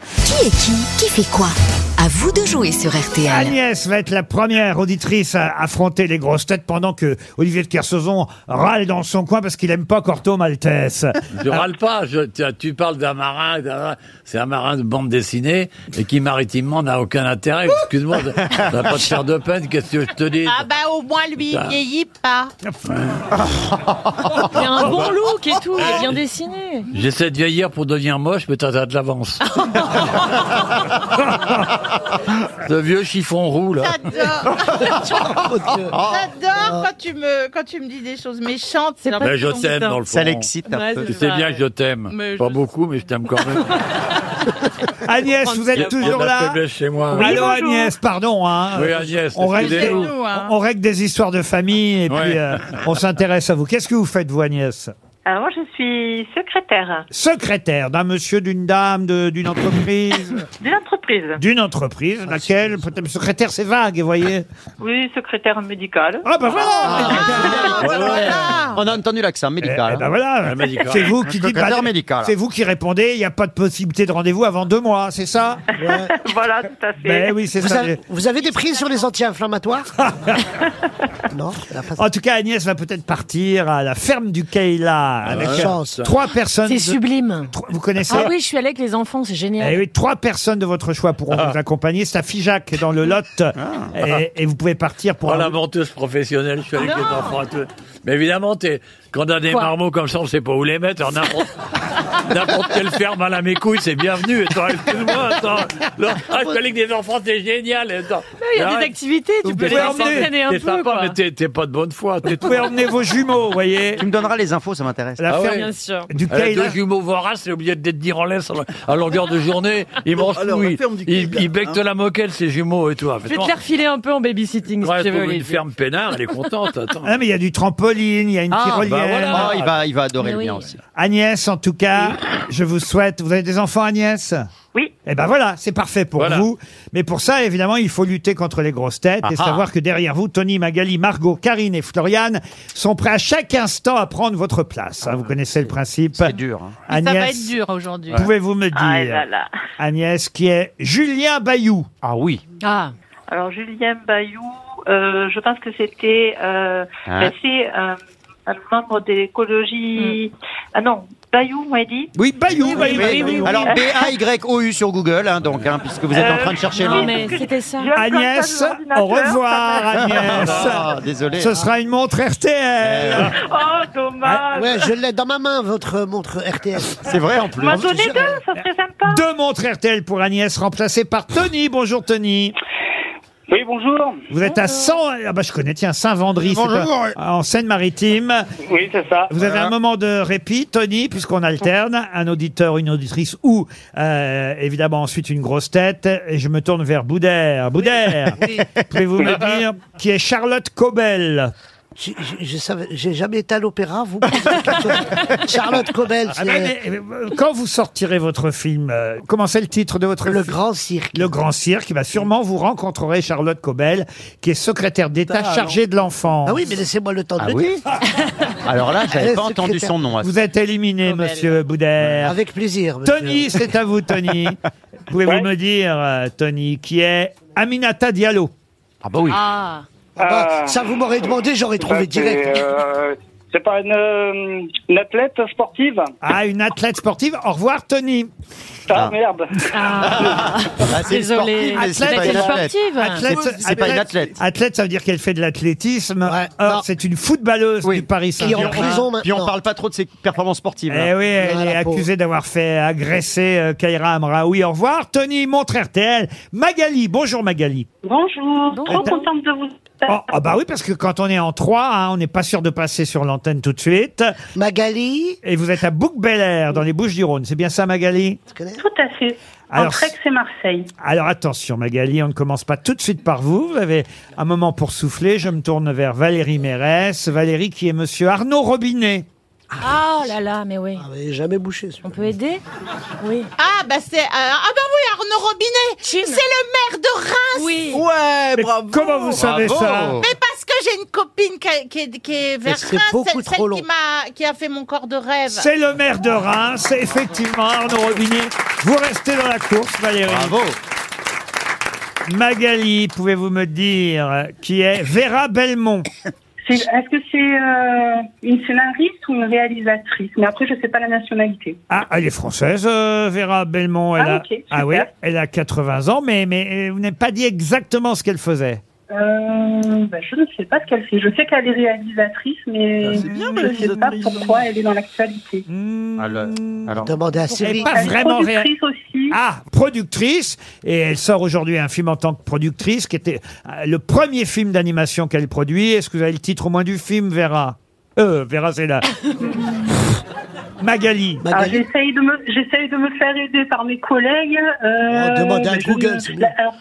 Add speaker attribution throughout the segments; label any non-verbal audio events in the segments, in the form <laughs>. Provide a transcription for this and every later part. Speaker 1: Qui est qui Qui fait quoi À vous de jouer sur RTL.
Speaker 2: Agnès va être la première auditrice à affronter les grosses têtes pendant que Olivier de Kersauzon râle dans son coin parce qu'il aime pas Corto Maltese.
Speaker 3: Je râle pas, je- tu, tu parles d'un marin, d'un- c'est un marin de bande dessinée et qui maritimement n'a aucun intérêt. Excuse-moi, je- ça va pas te faire de peine, qu'est-ce que je te dis
Speaker 4: Ah bah au moins lui, il
Speaker 3: Putain.
Speaker 4: vieillit pas.
Speaker 5: Il a un bon look et tout, il est bien dessiné.
Speaker 3: J'essaie de vieillir pour devenir moche, mais t'as t'as de l'avance. Ce vieux chiffon hein. roux, là.
Speaker 5: <laughs> Oh,
Speaker 4: J'adore.
Speaker 5: Ah.
Speaker 4: J'adore quand tu me quand tu me dis des choses méchantes. C'est
Speaker 3: Mais je t'aime, dans le fond.
Speaker 6: Ça l'excite un
Speaker 5: Ouais,
Speaker 6: peu.
Speaker 3: Tu
Speaker 5: c'est
Speaker 3: sais
Speaker 5: ça,
Speaker 3: bien
Speaker 5: ouais.
Speaker 3: que je t'aime.
Speaker 4: Mais
Speaker 3: Pas
Speaker 4: je-
Speaker 3: beaucoup, mais je t'aime quand même.
Speaker 2: Agnès, vous
Speaker 3: Il y a-
Speaker 2: êtes
Speaker 3: il y a de
Speaker 2: toujours
Speaker 3: la
Speaker 2: là
Speaker 3: faiblesse chez moi. hein.
Speaker 2: Allô Agnès, pardon. Hein.
Speaker 3: Oui, Agnès,
Speaker 2: on règle, des,
Speaker 3: excusez-nous.
Speaker 4: Nous, hein.
Speaker 2: on- on règle des histoires de famille et puis
Speaker 3: Ouais.
Speaker 2: euh, on s'intéresse à vous. Qu'est-ce que vous faites, vous, Agnès
Speaker 7: Alors, moi, je suis secrétaire
Speaker 2: Secrétaire d'un monsieur, d'une dame, de- d'une
Speaker 7: <laughs>
Speaker 2: entreprise,
Speaker 7: de l'entreprise.
Speaker 2: d'une entreprise, laquelle peut-être secrétaire, c'est vague, vous voyez.
Speaker 7: Oui, secrétaire médicale.
Speaker 2: Ah bah voilà.
Speaker 5: Ah,
Speaker 6: On a entendu l'accent
Speaker 2: Eh,
Speaker 6: médical. hein.
Speaker 2: eh ben voilà,
Speaker 3: Un médical.
Speaker 2: c'est vous qui
Speaker 6: Un
Speaker 2: dites,
Speaker 6: secrétaire médical.
Speaker 2: c'est vous qui répondez. Il n'y a pas de possibilité de rendez-vous avant deux mois, c'est ça
Speaker 7: <laughs> voilà, tout à fait.
Speaker 2: Ben oui, c'est
Speaker 8: Vous
Speaker 2: ça.
Speaker 8: avez, vous avez des prises sur les
Speaker 2: <laughs>
Speaker 8: anti-inflammatoires Non, elle a pas
Speaker 2: En tout cas, Agnès va peut-être partir à la ferme du Kayla avec
Speaker 8: ouais.
Speaker 2: euh,
Speaker 8: Ah, Chance.
Speaker 2: trois personnes.
Speaker 8: C'est
Speaker 2: de-
Speaker 8: sublime.
Speaker 2: trois- vous connaissez
Speaker 5: Ah oui, je suis allée avec les enfants, c'est
Speaker 2: Eh
Speaker 5: génial.
Speaker 2: oui, trois personnes de votre choix pourront
Speaker 8: Ah.
Speaker 2: vous accompagner. C'est à Figeac dans le Lot et, et vous pouvez partir pour.
Speaker 3: Oh,
Speaker 2: un-
Speaker 3: la menteuse professionnelle, je suis avec les enfants. et tout. Mais évidemment, t'es- quand on a des
Speaker 5: Quoi
Speaker 3: marmots comme ça, on ne sait pas où les mettre. Alors, N'importe
Speaker 5: <laughs>
Speaker 3: n'importe quelle ferme à la mécouille, c'est bienvenu. Attends, excuse-moi, attends. Là, ah, je suis avec des enfants, c'est génial. Attends.
Speaker 5: Il y a des
Speaker 3: Arrête,
Speaker 5: activités, tu
Speaker 2: Vous
Speaker 5: peux les
Speaker 2: pouvez emmener
Speaker 5: entraîner un
Speaker 3: T'es
Speaker 5: peu.
Speaker 3: sympa,
Speaker 5: quoi.
Speaker 3: mais t'es- t'es pas de bonne foi. T'es
Speaker 2: Vous pouvez emmener vos jumeaux, vous voyez.
Speaker 6: Tu me donneras les infos, ça m'intéresse.
Speaker 2: La
Speaker 3: Ah ouais.
Speaker 2: ferme
Speaker 5: Bien sûr.
Speaker 2: du
Speaker 3: Elle a
Speaker 2: Kayla.
Speaker 3: deux jumeaux voraces, c'est obligé d'être dire en laisse à lo- à longueur de journée. Ils mangent
Speaker 9: Alors,
Speaker 3: tout,
Speaker 9: la
Speaker 3: ils,
Speaker 9: ferme du
Speaker 3: ils,
Speaker 9: Kayla,
Speaker 3: ils becquent
Speaker 9: hein.
Speaker 3: de la moquette, ces jumeaux et tout.
Speaker 5: Je vais te les refiler un peu en babysitting si
Speaker 3: Ouais,
Speaker 5: tu
Speaker 3: trouve
Speaker 5: veux.
Speaker 3: une
Speaker 5: Olivier.
Speaker 3: ferme peinard, elle est contente.
Speaker 5: <laughs>
Speaker 3: Attends.
Speaker 2: Ah, mais il y a du trampoline, il y a une
Speaker 6: Ah, bah
Speaker 2: tyrolienne.
Speaker 6: voilà. Oh, il va, il va adorer
Speaker 5: Mais
Speaker 6: le
Speaker 5: oui.
Speaker 6: bien aussi.
Speaker 2: Agnès, en tout cas, je vous souhaite. Vous avez des enfants, Agnès
Speaker 7: Oui.
Speaker 2: Eh ben voilà, c'est parfait pour
Speaker 3: Voilà.
Speaker 2: vous. Mais pour ça, évidemment, il faut lutter contre les grosses têtes et
Speaker 6: Ah ah.
Speaker 2: savoir que derrière vous, Tony, Magali, Margot, Karine et Floriane sont prêts à chaque instant à prendre votre place. hein. vous connaissez le principe.
Speaker 6: C'est dur. hein.
Speaker 2: Agnès,
Speaker 4: Ça va être dur aujourd'hui.
Speaker 2: pouvez-vous me dire,
Speaker 7: Ah, et voilà.
Speaker 2: Agnès, qui est Julien Bayou
Speaker 6: Ah oui.
Speaker 5: Ah,
Speaker 7: Alors, Julien Bayou, euh, je pense que c'était. Euh,
Speaker 6: Hein
Speaker 7: ben, c'est euh, un membre de l'écologie. Ah non, Bayou, m'a dit.
Speaker 2: Oui, Bayou, Bayou.
Speaker 6: Oui. Alors B-A-Y-O-U sur Google, hein, donc, hein, puisque vous êtes en train de chercher
Speaker 5: non,
Speaker 6: le.
Speaker 5: mais c'était ça.
Speaker 7: Je-
Speaker 2: Agnès,
Speaker 7: comme ça,
Speaker 2: au
Speaker 7: sur l'ordinateur,
Speaker 2: revoir, Agnès.
Speaker 6: <laughs> Ah, désolé.
Speaker 2: Ce sera une montre RTL.
Speaker 7: Oh, dommage.
Speaker 8: Ouais, je l'ai dans ma main, votre montre RTS.
Speaker 6: hein. C'est vrai en plus.
Speaker 7: On m'a donné deux, ça serait sympa.
Speaker 2: Deux montres RTL pour Agnès, remplacée par Tony. Bonjour Tony.
Speaker 10: Oui, bonjour.
Speaker 2: Vous êtes à 100. Ah bah je connais, tiens, Saint-Vendry, c'est pas- en Seine-Maritime.
Speaker 10: Oui, c'est ça.
Speaker 2: Vous avez un moment de répit, Tony, puisqu'on alterne un auditeur, une auditrice ou euh, évidemment ensuite une grosse tête. Et je me tourne vers Boudère. Boudère, pouvez-vous me dire qui est Charlotte Cobel
Speaker 8: Je- je- Je savais- j'ai jamais été à l'opéra, vous.
Speaker 2: <laughs>
Speaker 8: Charlotte Cobel,
Speaker 2: Ah, mais,
Speaker 8: c'est
Speaker 2: mais, euh, Quand vous sortirez votre film, euh, comment c'est le titre de votre
Speaker 8: le
Speaker 2: film
Speaker 8: grand cirque.
Speaker 2: Le Grand Cirque, bah sûrement vous rencontrerez Charlotte Cobel, qui est secrétaire d'État
Speaker 8: Ah,
Speaker 2: chargée de l'enfance.
Speaker 8: Ah oui, mais laissez-moi le temps de
Speaker 6: Ah
Speaker 8: le dire.
Speaker 6: oui Alors là, j'avais
Speaker 8: Elle
Speaker 6: pas
Speaker 8: est
Speaker 6: entendu
Speaker 8: secrétaire.
Speaker 6: son nom. à-
Speaker 2: Vous êtes éliminé,
Speaker 5: Cobel.
Speaker 2: monsieur Boudère.
Speaker 8: Avec plaisir. monsieur.
Speaker 2: Ah. Tony, c'est à vous,
Speaker 8: <laughs>
Speaker 2: Tony. Pouvez-vous
Speaker 10: Ouais.
Speaker 2: me dire, euh, Tony, qui est Aminata Diallo
Speaker 6: Ah bah oui.
Speaker 5: Ah,
Speaker 8: Ah bah,
Speaker 10: Ah.
Speaker 8: ça, vous m'aurez demandé, j'aurais
Speaker 10: Ça,
Speaker 8: trouvé direct.
Speaker 10: Bah, C'est euh, c'est pas une, euh, une athlète sportive
Speaker 2: Ah, une athlète sportive. Au revoir, Tony.
Speaker 10: Ah,
Speaker 6: Ah.
Speaker 10: merde.
Speaker 5: ah.
Speaker 6: Ah, c'est une
Speaker 5: Désolé.
Speaker 6: sportive, mais c'est pas une athlète.
Speaker 5: sportive.
Speaker 2: Athlète,
Speaker 6: C'est- c'est pas une athlète.
Speaker 2: Athlète, ça veut dire qu'elle fait de l'athlétisme.
Speaker 8: Ouais, non.
Speaker 2: Or, c'est une footballeuse du
Speaker 6: Oui.
Speaker 2: Paris
Speaker 8: Qui est en
Speaker 2: Saint-Germain.
Speaker 8: prison
Speaker 6: Puis on
Speaker 8: maintenant.
Speaker 6: parle pas trop de ses performances sportives.
Speaker 2: Eh
Speaker 6: hein.
Speaker 2: oui, elle
Speaker 8: Ah,
Speaker 2: est
Speaker 8: la pauvre.
Speaker 2: accusée d'avoir fait agresser euh, Kaira Amraoui. Au revoir, Tony, montre RTL. Magali, bonjour Magali.
Speaker 7: Bonjour. Trop
Speaker 5: Bonjour.
Speaker 7: contente de vous.
Speaker 2: Oh, ah bah oui, parce que quand on est en trois, hein, on n'est pas sûr de passer sur l'antenne tout de suite.
Speaker 8: Magali,
Speaker 2: Et vous êtes à bouc Air, dans les Bouches-du-Rhône. C'est bien ça, Magali
Speaker 8: tu connais
Speaker 7: Tout à fait.
Speaker 2: Alors,
Speaker 7: Entre Aix et Marseille.
Speaker 2: Alors attention, Magali, on ne commence pas tout de suite par vous. Vous avez un moment pour souffler. Je me tourne vers Valérie Mérès. Valérie qui est monsieur Arnaud Robinet.
Speaker 5: Ah, oh là là, mais oui.
Speaker 8: Ah, mais jamais bouché.
Speaker 5: On
Speaker 8: celui-là.
Speaker 5: peut aider Oui.
Speaker 4: Ah bah c'est euh, ah bah oui Arnaud Robinet, c'est
Speaker 5: Chine.
Speaker 4: le maire de Reims.
Speaker 5: Oui.
Speaker 9: Ouais,
Speaker 2: Mais
Speaker 9: bravo.
Speaker 2: comment vous savez Eh, ça
Speaker 6: Eh, Bravo.
Speaker 4: Mais parce que j'ai une copine qui, a- qui est, qui est vers
Speaker 8: c'est
Speaker 4: Reims,
Speaker 8: beaucoup
Speaker 4: celle,
Speaker 8: trop
Speaker 4: celle
Speaker 8: long.
Speaker 4: qui m'a qui a fait mon corps de rêve.
Speaker 2: C'est le maire de Reims, effectivement, Arnaud Robinet, Vous restez dans la course, Valérie.
Speaker 6: Bravo.
Speaker 2: Magali, pouvez-vous me dire euh, qui est Vera Belmont
Speaker 7: C'est- Est-ce que c'est euh, une scénariste ou une réalisatrice Mais après, je sais pas la nationalité.
Speaker 2: Ah, elle est française, euh, Vera Belmont. Elle
Speaker 7: Ah,
Speaker 2: a,
Speaker 7: ok, super.
Speaker 2: ah oui, elle a 80 ans, mais, mais euh, vous n'avez pas dit exactement ce qu'elle faisait.
Speaker 7: Euh, bah, je ne sais pas ce qu'elle fait. Je sais qu'elle est réalisatrice, mais
Speaker 9: Ah, c'est bien,
Speaker 7: je ne
Speaker 9: réalisatrice.
Speaker 7: sais pas pourquoi elle est dans l'actualité.
Speaker 2: Hmm.
Speaker 6: Alors, alors,
Speaker 8: Demandez à
Speaker 2: Elle
Speaker 8: Sylvie.
Speaker 2: est Eh, pas
Speaker 7: Elle est
Speaker 2: vraiment réa-
Speaker 7: productrice aussi.
Speaker 2: Ah, productrice, et elle sort aujourd'hui un film en tant que productrice, qui était euh, le premier film d'animation qu'elle produit. Est-ce que vous avez le titre au moins du film, Vera Euh, Vera, c'est
Speaker 7: <laughs>
Speaker 2: là. Magali.
Speaker 7: Alors,
Speaker 8: Magali,
Speaker 7: J'essaye de, me- j'essaye de me faire aider par mes collègues.
Speaker 8: Oh,
Speaker 7: Euh,
Speaker 8: demande à
Speaker 7: mais je
Speaker 8: Google,
Speaker 7: ne-
Speaker 8: c'est mieux.
Speaker 7: la- alors,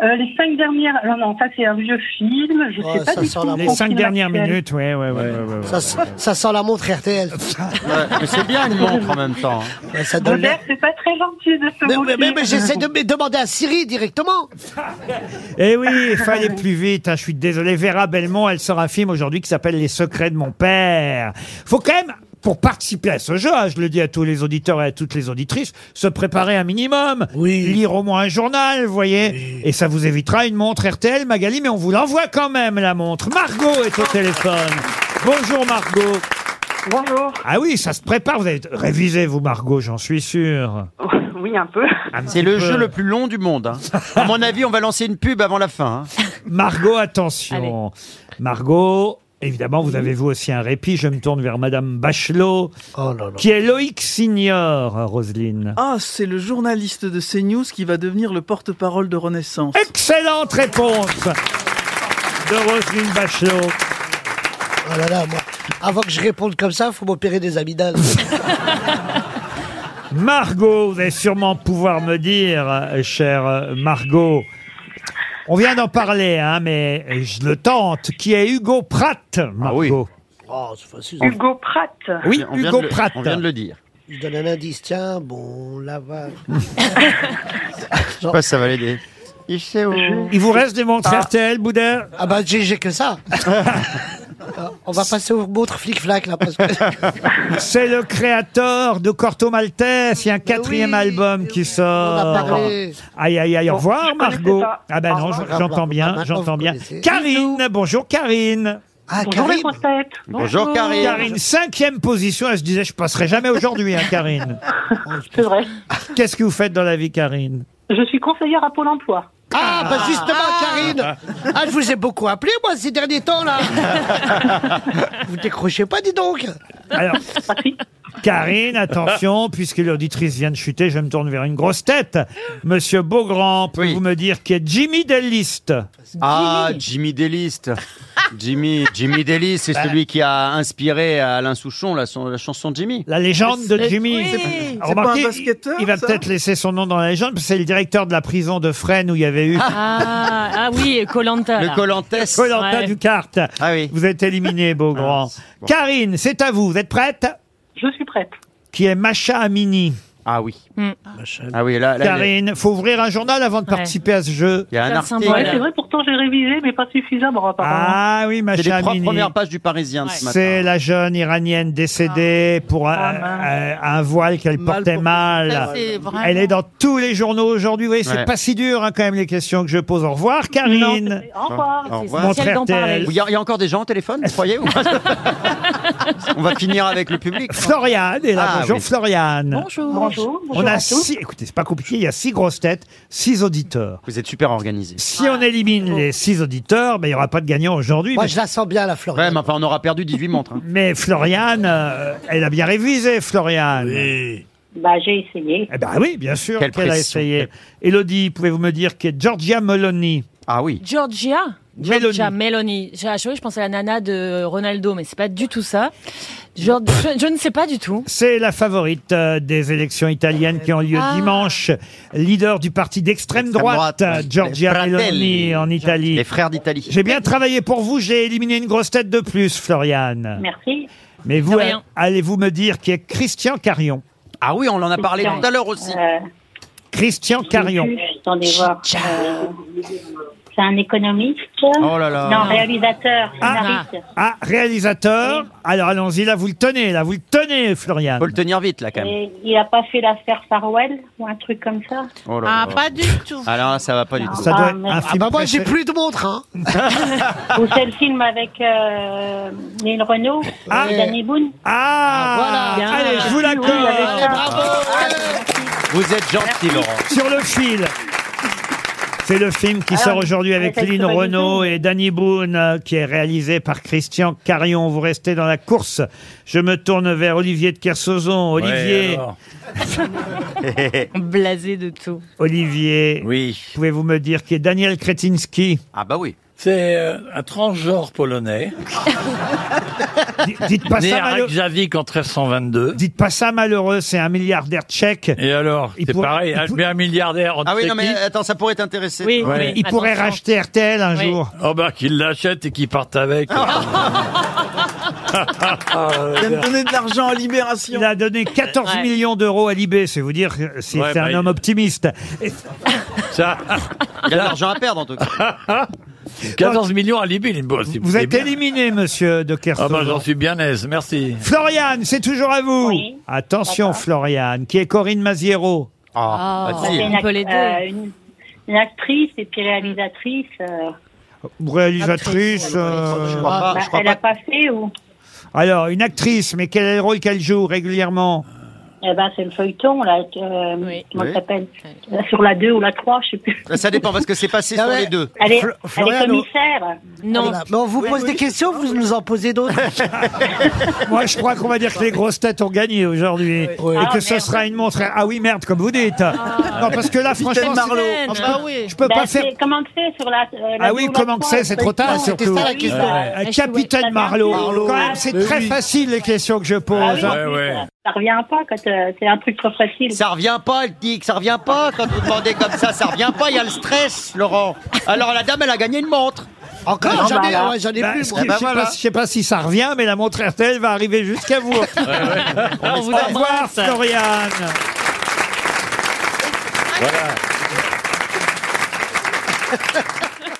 Speaker 7: euh, les cinq dernières. Non, non, ça c'est un vieux film. Je
Speaker 8: Ouais,
Speaker 7: sais pas
Speaker 8: ça
Speaker 7: du
Speaker 8: sent
Speaker 7: tout
Speaker 8: la
Speaker 2: Les
Speaker 7: son
Speaker 2: cinq
Speaker 7: film
Speaker 2: dernières
Speaker 7: actuel.
Speaker 2: minutes, ouais, ouais, ouais. ouais, ouais, ouais.
Speaker 8: ça, ça sent la montre RTL.
Speaker 6: ouais, mais c'est bien une montre en même temps. hein.
Speaker 8: Ouais, ça donne
Speaker 7: Robert,
Speaker 8: l'air.
Speaker 7: c'est pas très gentil de se
Speaker 8: Mais,
Speaker 7: moquer.
Speaker 8: mais, mais- mais j'essaie de me demander à Siri directement.
Speaker 2: Eh oui, il fallait plus vite, hein, je suis désolé. Vera Belmont, elle sort un film aujourd'hui qui s'appelle Les secrets de mon père. Faut quand même, pour participer à ce jeu, hein, je le dis à tous les auditeurs et à toutes les auditrices, se préparer un minimum.
Speaker 8: Oui.
Speaker 2: Lire au moins un journal, vous voyez. Et ça vous évitera une montre RTL, Magali, mais on vous l'envoie quand même, la montre. Margot est au téléphone. Bonjour Margot.
Speaker 7: Bonjour.
Speaker 2: Ah oui, ça se prépare. Vous avez révisé, vous, Margot, j'en suis sûr.
Speaker 7: <laughs> Oui, un peu.
Speaker 2: Un
Speaker 6: C'est
Speaker 2: petit
Speaker 6: le
Speaker 2: peu.
Speaker 6: jeu le plus long du
Speaker 2: <laughs>
Speaker 6: monde. hein. À mon avis, on va lancer une pub avant la fin. hein.
Speaker 2: Margot, attention. Margot, évidemment, vous avez vous aussi un répit. Je me tourne vers Madame Bachelot,
Speaker 8: Oh là là.
Speaker 2: qui est Loïc Signor, hein, Roselyne.
Speaker 9: Ah, c'est le journaliste de CNews qui va devenir le porte-parole de Renaissance.
Speaker 2: Eh, Excellente réponse de Roselyne Bachelot.
Speaker 8: Oh là là, moi. Avant que je réponde comme ça, faut m'opérer
Speaker 2: <laughs>
Speaker 8: des amygdales.
Speaker 2: Margot, vous allez sûrement pouvoir me dire, euh, chère euh, Margot, on vient d'en parler, hein, mais je le tente, qui est Hugo Pratt,
Speaker 6: Ah oui.
Speaker 2: Margot.
Speaker 8: Oh, c'est facile.
Speaker 7: Hugo Pratt.
Speaker 2: Oui,
Speaker 6: On vient
Speaker 2: Hugo
Speaker 6: de le-
Speaker 2: Pratt.
Speaker 6: On vient de le dire.
Speaker 8: Je donne un indice. Tiens, bon, là va.
Speaker 6: Je sais pas si ça va l'aider.
Speaker 2: Il vous reste des montres RTL, Boudin
Speaker 8: Ah bah, j'ai j'ai que ça. <laughs> Euh, On va passer au montre flic-flac, là, <laughs> parce que...
Speaker 2: C'est le créateur de Corto Maltese. Il y a un quatrième album qui
Speaker 8: On a
Speaker 2: sort.
Speaker 8: parlé.
Speaker 2: Aïe, aïe, aïe. Au
Speaker 7: Bon,
Speaker 2: revoir,
Speaker 7: je connaissais
Speaker 2: Margot.
Speaker 7: pas.
Speaker 2: Ah ben
Speaker 7: Au
Speaker 2: non,
Speaker 7: revoir.
Speaker 2: je- j'entends bien,
Speaker 8: Maintenant,
Speaker 2: j'entends
Speaker 8: vous
Speaker 2: bien.
Speaker 8: connaissez.
Speaker 2: Karine, bonjour Karine.
Speaker 8: Ah,
Speaker 7: Bonjour les
Speaker 8: Karim.
Speaker 7: grossettes.
Speaker 6: Bonjour Karine.
Speaker 2: Karine, cinquième position. Elle se disait, je passerai jamais aujourd'hui, hein, Karine.
Speaker 7: <laughs> C'est vrai.
Speaker 2: Qu'est-ce que vous faites dans la vie, Karine
Speaker 7: Je suis conseillère à Pôle emploi.
Speaker 8: Ah, bah justement, Karine Ah, je vous ai beaucoup appelé, moi, ces derniers temps, là <laughs> Vous décrochez pas, dis donc
Speaker 2: Alors,
Speaker 7: Patrick.
Speaker 2: Karine,
Speaker 7: <laughs>
Speaker 2: attention, puisque l'auditrice vient de chuter, je me tourne vers une grosse tête. Monsieur Beaugrand, pouvez-vous
Speaker 6: Oui.
Speaker 2: me dire qui est Jimmy Deliste
Speaker 6: Ah, Jimmy Delist. Jimmy, Jimmy Delist, c'est celui qui a inspiré à Alain Souchon la, son- la chanson de Jimmy.
Speaker 2: La légende de
Speaker 9: C'est-
Speaker 2: Jimmy.
Speaker 9: oui. C'est pas
Speaker 2: Ah, Remarquez,
Speaker 9: un basketteur,
Speaker 2: il va
Speaker 9: ça
Speaker 2: peut-être laisser son nom dans la légende, parce que c'est le directeur de la prison de Fresnes où il y avait eu
Speaker 5: Ah, ah oui, Colanta.
Speaker 6: Le Colantès.
Speaker 2: Colanta
Speaker 5: Ouais.
Speaker 2: du Ducarte.
Speaker 6: Ah oui.
Speaker 2: Vous êtes éliminé, Beaugrand. Karine, c'est à vous. Vous êtes prête
Speaker 7: Je suis prête.
Speaker 2: Qui est Macha Amini.
Speaker 6: Ah oui.
Speaker 5: Hmm.
Speaker 6: Ah oui, là, là il y a-
Speaker 2: Karine, faut ouvrir un journal avant de
Speaker 5: Ouais.
Speaker 2: participer à ce jeu.
Speaker 6: il y a un
Speaker 5: Faire
Speaker 6: article.
Speaker 5: symbole.
Speaker 7: Ouais, c'est vrai, pourtant j'ai révisé, mais pas suffisamment apparemment.
Speaker 2: Ah oui,
Speaker 6: C'est les
Speaker 2: Macha
Speaker 6: trois
Speaker 2: Amini.
Speaker 6: premières pages du Parisien de ce matin.
Speaker 2: C'est la jeune iranienne décédée pour un, un- un voile qu'elle
Speaker 9: Mal
Speaker 2: portait
Speaker 9: porté.
Speaker 2: mal.
Speaker 5: Ah,
Speaker 4: Ça, c'est vraiment-
Speaker 2: Elle est dans tous les journaux aujourd'hui. Vous voyez, c'est
Speaker 6: Ouais.
Speaker 2: pas si dur hein, quand même les questions que je pose. Au revoir, Karine.
Speaker 7: Non, c'est- Au revoir.
Speaker 6: Au revoir.
Speaker 2: Montre
Speaker 5: Essentiel d'en
Speaker 2: RTL.
Speaker 5: parler.
Speaker 6: Il y, a, il y a encore des gens au téléphone, vous croyez ou
Speaker 11: <laughs>
Speaker 6: pas On va finir avec le public.
Speaker 2: Floriane est là.
Speaker 6: Ah,
Speaker 2: bonjour
Speaker 6: oui.
Speaker 2: Floriane.
Speaker 5: Bonjour.
Speaker 7: Bonjour. bonjour
Speaker 2: On a
Speaker 7: à tous.
Speaker 2: six, écoutez, c'est pas compliqué, il y a six grosses têtes, six auditeurs.
Speaker 6: Vous êtes super organisé.
Speaker 2: Si
Speaker 7: Ah.
Speaker 2: on élimine les six auditeurs, ben, il n'y aura pas de gagnant aujourd'hui.
Speaker 8: Moi,
Speaker 2: mais-
Speaker 8: je la sens bien, la fleur.
Speaker 6: Ouais, mais enfin, on aura perdu 18 montres. hein.
Speaker 2: Mais Floriane, euh, elle a bien révisé, Floriane.
Speaker 3: Oui.
Speaker 7: Bah, j'ai essayé.
Speaker 2: Eh ben oui, bien sûr
Speaker 6: Quelle
Speaker 2: qu'elle a
Speaker 6: pression.
Speaker 2: essayé. Elodie, pouvez-vous me dire qui est Georgia Meloni
Speaker 6: Ah oui.
Speaker 5: Georgia
Speaker 2: Meloni.
Speaker 5: Georgia Meloni. J'ai assuré, je pensais à la nana de Ronaldo, mais c'est pas du tout ça. Geor- je, je ne sais pas du tout.
Speaker 2: C'est la favorite euh, des élections italiennes qui ont lieu
Speaker 5: Ah.
Speaker 2: dimanche. Leader du parti d'extrême
Speaker 6: D'extrême
Speaker 2: droite,
Speaker 6: droite.
Speaker 2: Georgia
Speaker 6: Les Fratelli.
Speaker 2: Meloni en Italie.
Speaker 6: Les frères d'Italie.
Speaker 2: J'ai bien travaillé pour vous, j'ai éliminé une grosse tête de plus, Floriane.
Speaker 7: Merci.
Speaker 2: Mais vous, euh,
Speaker 5: De rien.
Speaker 2: allez-vous me dire qui est Christian Carion
Speaker 6: Ah oui, on en a parlé tout à l'heure aussi.
Speaker 7: Euh,
Speaker 2: Christian Carion.
Speaker 7: attendez voir. Euh,
Speaker 11: C'est un économiste.
Speaker 2: Oh là là.
Speaker 11: Non, réalisateur,
Speaker 2: Ah,
Speaker 11: scénariste.
Speaker 2: ah, réalisateur. Alors allons-y, là vous le tenez, là vous le tenez, Florian. Faut le tenir vite là quand
Speaker 11: Et il n'a pas fait l'affaire Farwell ou un truc comme ça
Speaker 6: Oh là
Speaker 11: Ah,
Speaker 6: là.
Speaker 11: pas du tout.
Speaker 6: Alors là, ça va pas du tout.
Speaker 2: Ça doit être
Speaker 11: mais-
Speaker 2: un film.
Speaker 11: Ah bah, moi,
Speaker 2: préféré.
Speaker 11: j'ai plus
Speaker 8: de montre, hein
Speaker 11: Ou c'est le film avec euh, Neil Renault
Speaker 2: Ah.
Speaker 11: et Danny Boone
Speaker 2: Ah,
Speaker 11: voilà.
Speaker 2: Allez, je vous l'accorde.
Speaker 6: Vous êtes gentil, Laurent.
Speaker 2: Sur le fil. C'est le film qui
Speaker 6: Alors,
Speaker 2: sort aujourd'hui avec
Speaker 6: ça, je
Speaker 2: Lynn
Speaker 6: sais pas du
Speaker 2: Renault et Danny Boone, euh, qui est réalisé par Christian Carion. Vous restez dans la course. Je me tourne vers Olivier de Kersauzon. Olivier,
Speaker 5: Blasé de tout.
Speaker 2: Olivier, pouvez-vous me dire qui est Daniel Kretinsky
Speaker 6: Ah bah oui.
Speaker 3: C'est euh, un transgenre polonais.
Speaker 2: dites pas
Speaker 3: né
Speaker 2: ça,
Speaker 3: à
Speaker 2: Malo.
Speaker 3: Reykjavik en 1322.
Speaker 2: Dites pas ça malheureux, c'est un milliardaire tchèque.
Speaker 3: Et alors C'est
Speaker 2: pourrait-
Speaker 3: pareil,
Speaker 2: il
Speaker 3: hein, je
Speaker 2: pour-
Speaker 3: mets un milliardaire en
Speaker 6: Ah oui, non, mais
Speaker 3: Tchéquie.
Speaker 6: attends, ça pourrait t'intéresser.
Speaker 3: Oui, Ouais. oui,
Speaker 2: Il pourrait
Speaker 3: attention.
Speaker 2: racheter RTL un
Speaker 3: Oui.
Speaker 2: jour.
Speaker 6: euh,
Speaker 3: Oh bah qu'il l'achète et qu'il parte avec.
Speaker 6: Ah.
Speaker 9: Il a donné de l'argent à Libération.
Speaker 2: Il a donné 14
Speaker 9: Ouais.
Speaker 2: millions d'euros à Libé, c'est vous dire euh, si
Speaker 3: Ouais,
Speaker 2: c'est
Speaker 3: bah,
Speaker 2: un
Speaker 3: il- Eh
Speaker 2: homme optimiste. Et- <laughs>
Speaker 3: Ça...
Speaker 6: Il a de l'argent à perdre, en tout
Speaker 11: Ah.
Speaker 3: cas. 14 millions à Libye, il est beau, c'est-
Speaker 2: Vous
Speaker 3: c'est
Speaker 2: êtes
Speaker 3: bien.
Speaker 2: éliminé, monsieur de
Speaker 3: Ah bah
Speaker 2: Kersauzon.
Speaker 3: j'en suis bien aise, merci.
Speaker 2: Floriane, c'est toujours à vous. Attention, Floriane, qui est Corinne Maziero.
Speaker 6: Ah, bah
Speaker 11: C'est une, act- euh, une- une actrice et puis réalisatrice. euh,
Speaker 2: Réalisatrice. euh,
Speaker 11: bah, elle n'a pas fait ou
Speaker 2: Alors, une actrice, mais quel est le rôle qu'elle joue régulièrement
Speaker 11: Eh ben, c'est le feuilleton, là. euh, Comment
Speaker 6: Oui.
Speaker 11: ça s'appelle euh, Sur la 2 ou la 3, je sais plus.
Speaker 6: Ça dépend parce que c'est passé
Speaker 11: Ah
Speaker 6: sur les deux.
Speaker 11: Elle est, elle
Speaker 6: Fl-
Speaker 11: est
Speaker 6: Florian,
Speaker 11: commissaire.
Speaker 5: Ah,
Speaker 8: Voilà. Mais on vous pose des questions, vous nous en posez d'autres.
Speaker 2: Moi, je crois qu'on va dire que les grosses têtes ont gagné aujourd'hui. Et
Speaker 8: Ah,
Speaker 2: que ce
Speaker 8: merde.
Speaker 2: sera une montre. à- Ah oui, merde, comme vous dites. Non, parce que là,
Speaker 8: Capitaine
Speaker 2: franchement,
Speaker 8: Marlowe.
Speaker 2: c'est-
Speaker 8: Ah
Speaker 2: je
Speaker 8: bah
Speaker 2: peux,
Speaker 8: oui.
Speaker 2: je peux
Speaker 11: Bah,
Speaker 2: pas
Speaker 11: c'est-
Speaker 2: faire.
Speaker 11: Comment que c'est sur la. euh, la
Speaker 2: Ah
Speaker 11: deux
Speaker 2: oui,
Speaker 11: ou la
Speaker 2: comment que
Speaker 11: trois,
Speaker 2: c'est C'est trop tard,
Speaker 11: feuilleton
Speaker 2: surtout. Euh, Capitaine Marlowe. Quand même, c'est très facile les questions que je pose.
Speaker 11: Ah oui, en plus, ça- Ça revient pas quand euh, c'est un truc trop facile.
Speaker 6: Ça revient pas, le tic, ça revient pas. Quand vous demandez comme ça, ça revient pas. Il y a le stress, Laurent. Alors la dame, elle a gagné une montre.
Speaker 8: Encore
Speaker 6: Ah,
Speaker 8: J'en ai-
Speaker 6: voilà.
Speaker 8: ouais, j'en ai
Speaker 6: Bah,
Speaker 8: plus,
Speaker 6: ce
Speaker 8: moi.
Speaker 6: qui-
Speaker 2: je, sais pas, je sais pas si ça revient, mais la montre RTL va arriver jusqu'à vous.
Speaker 3: On
Speaker 2: Au
Speaker 3: vous
Speaker 2: revoir,
Speaker 3: embrasse.
Speaker 2: Florian.
Speaker 3: Voilà.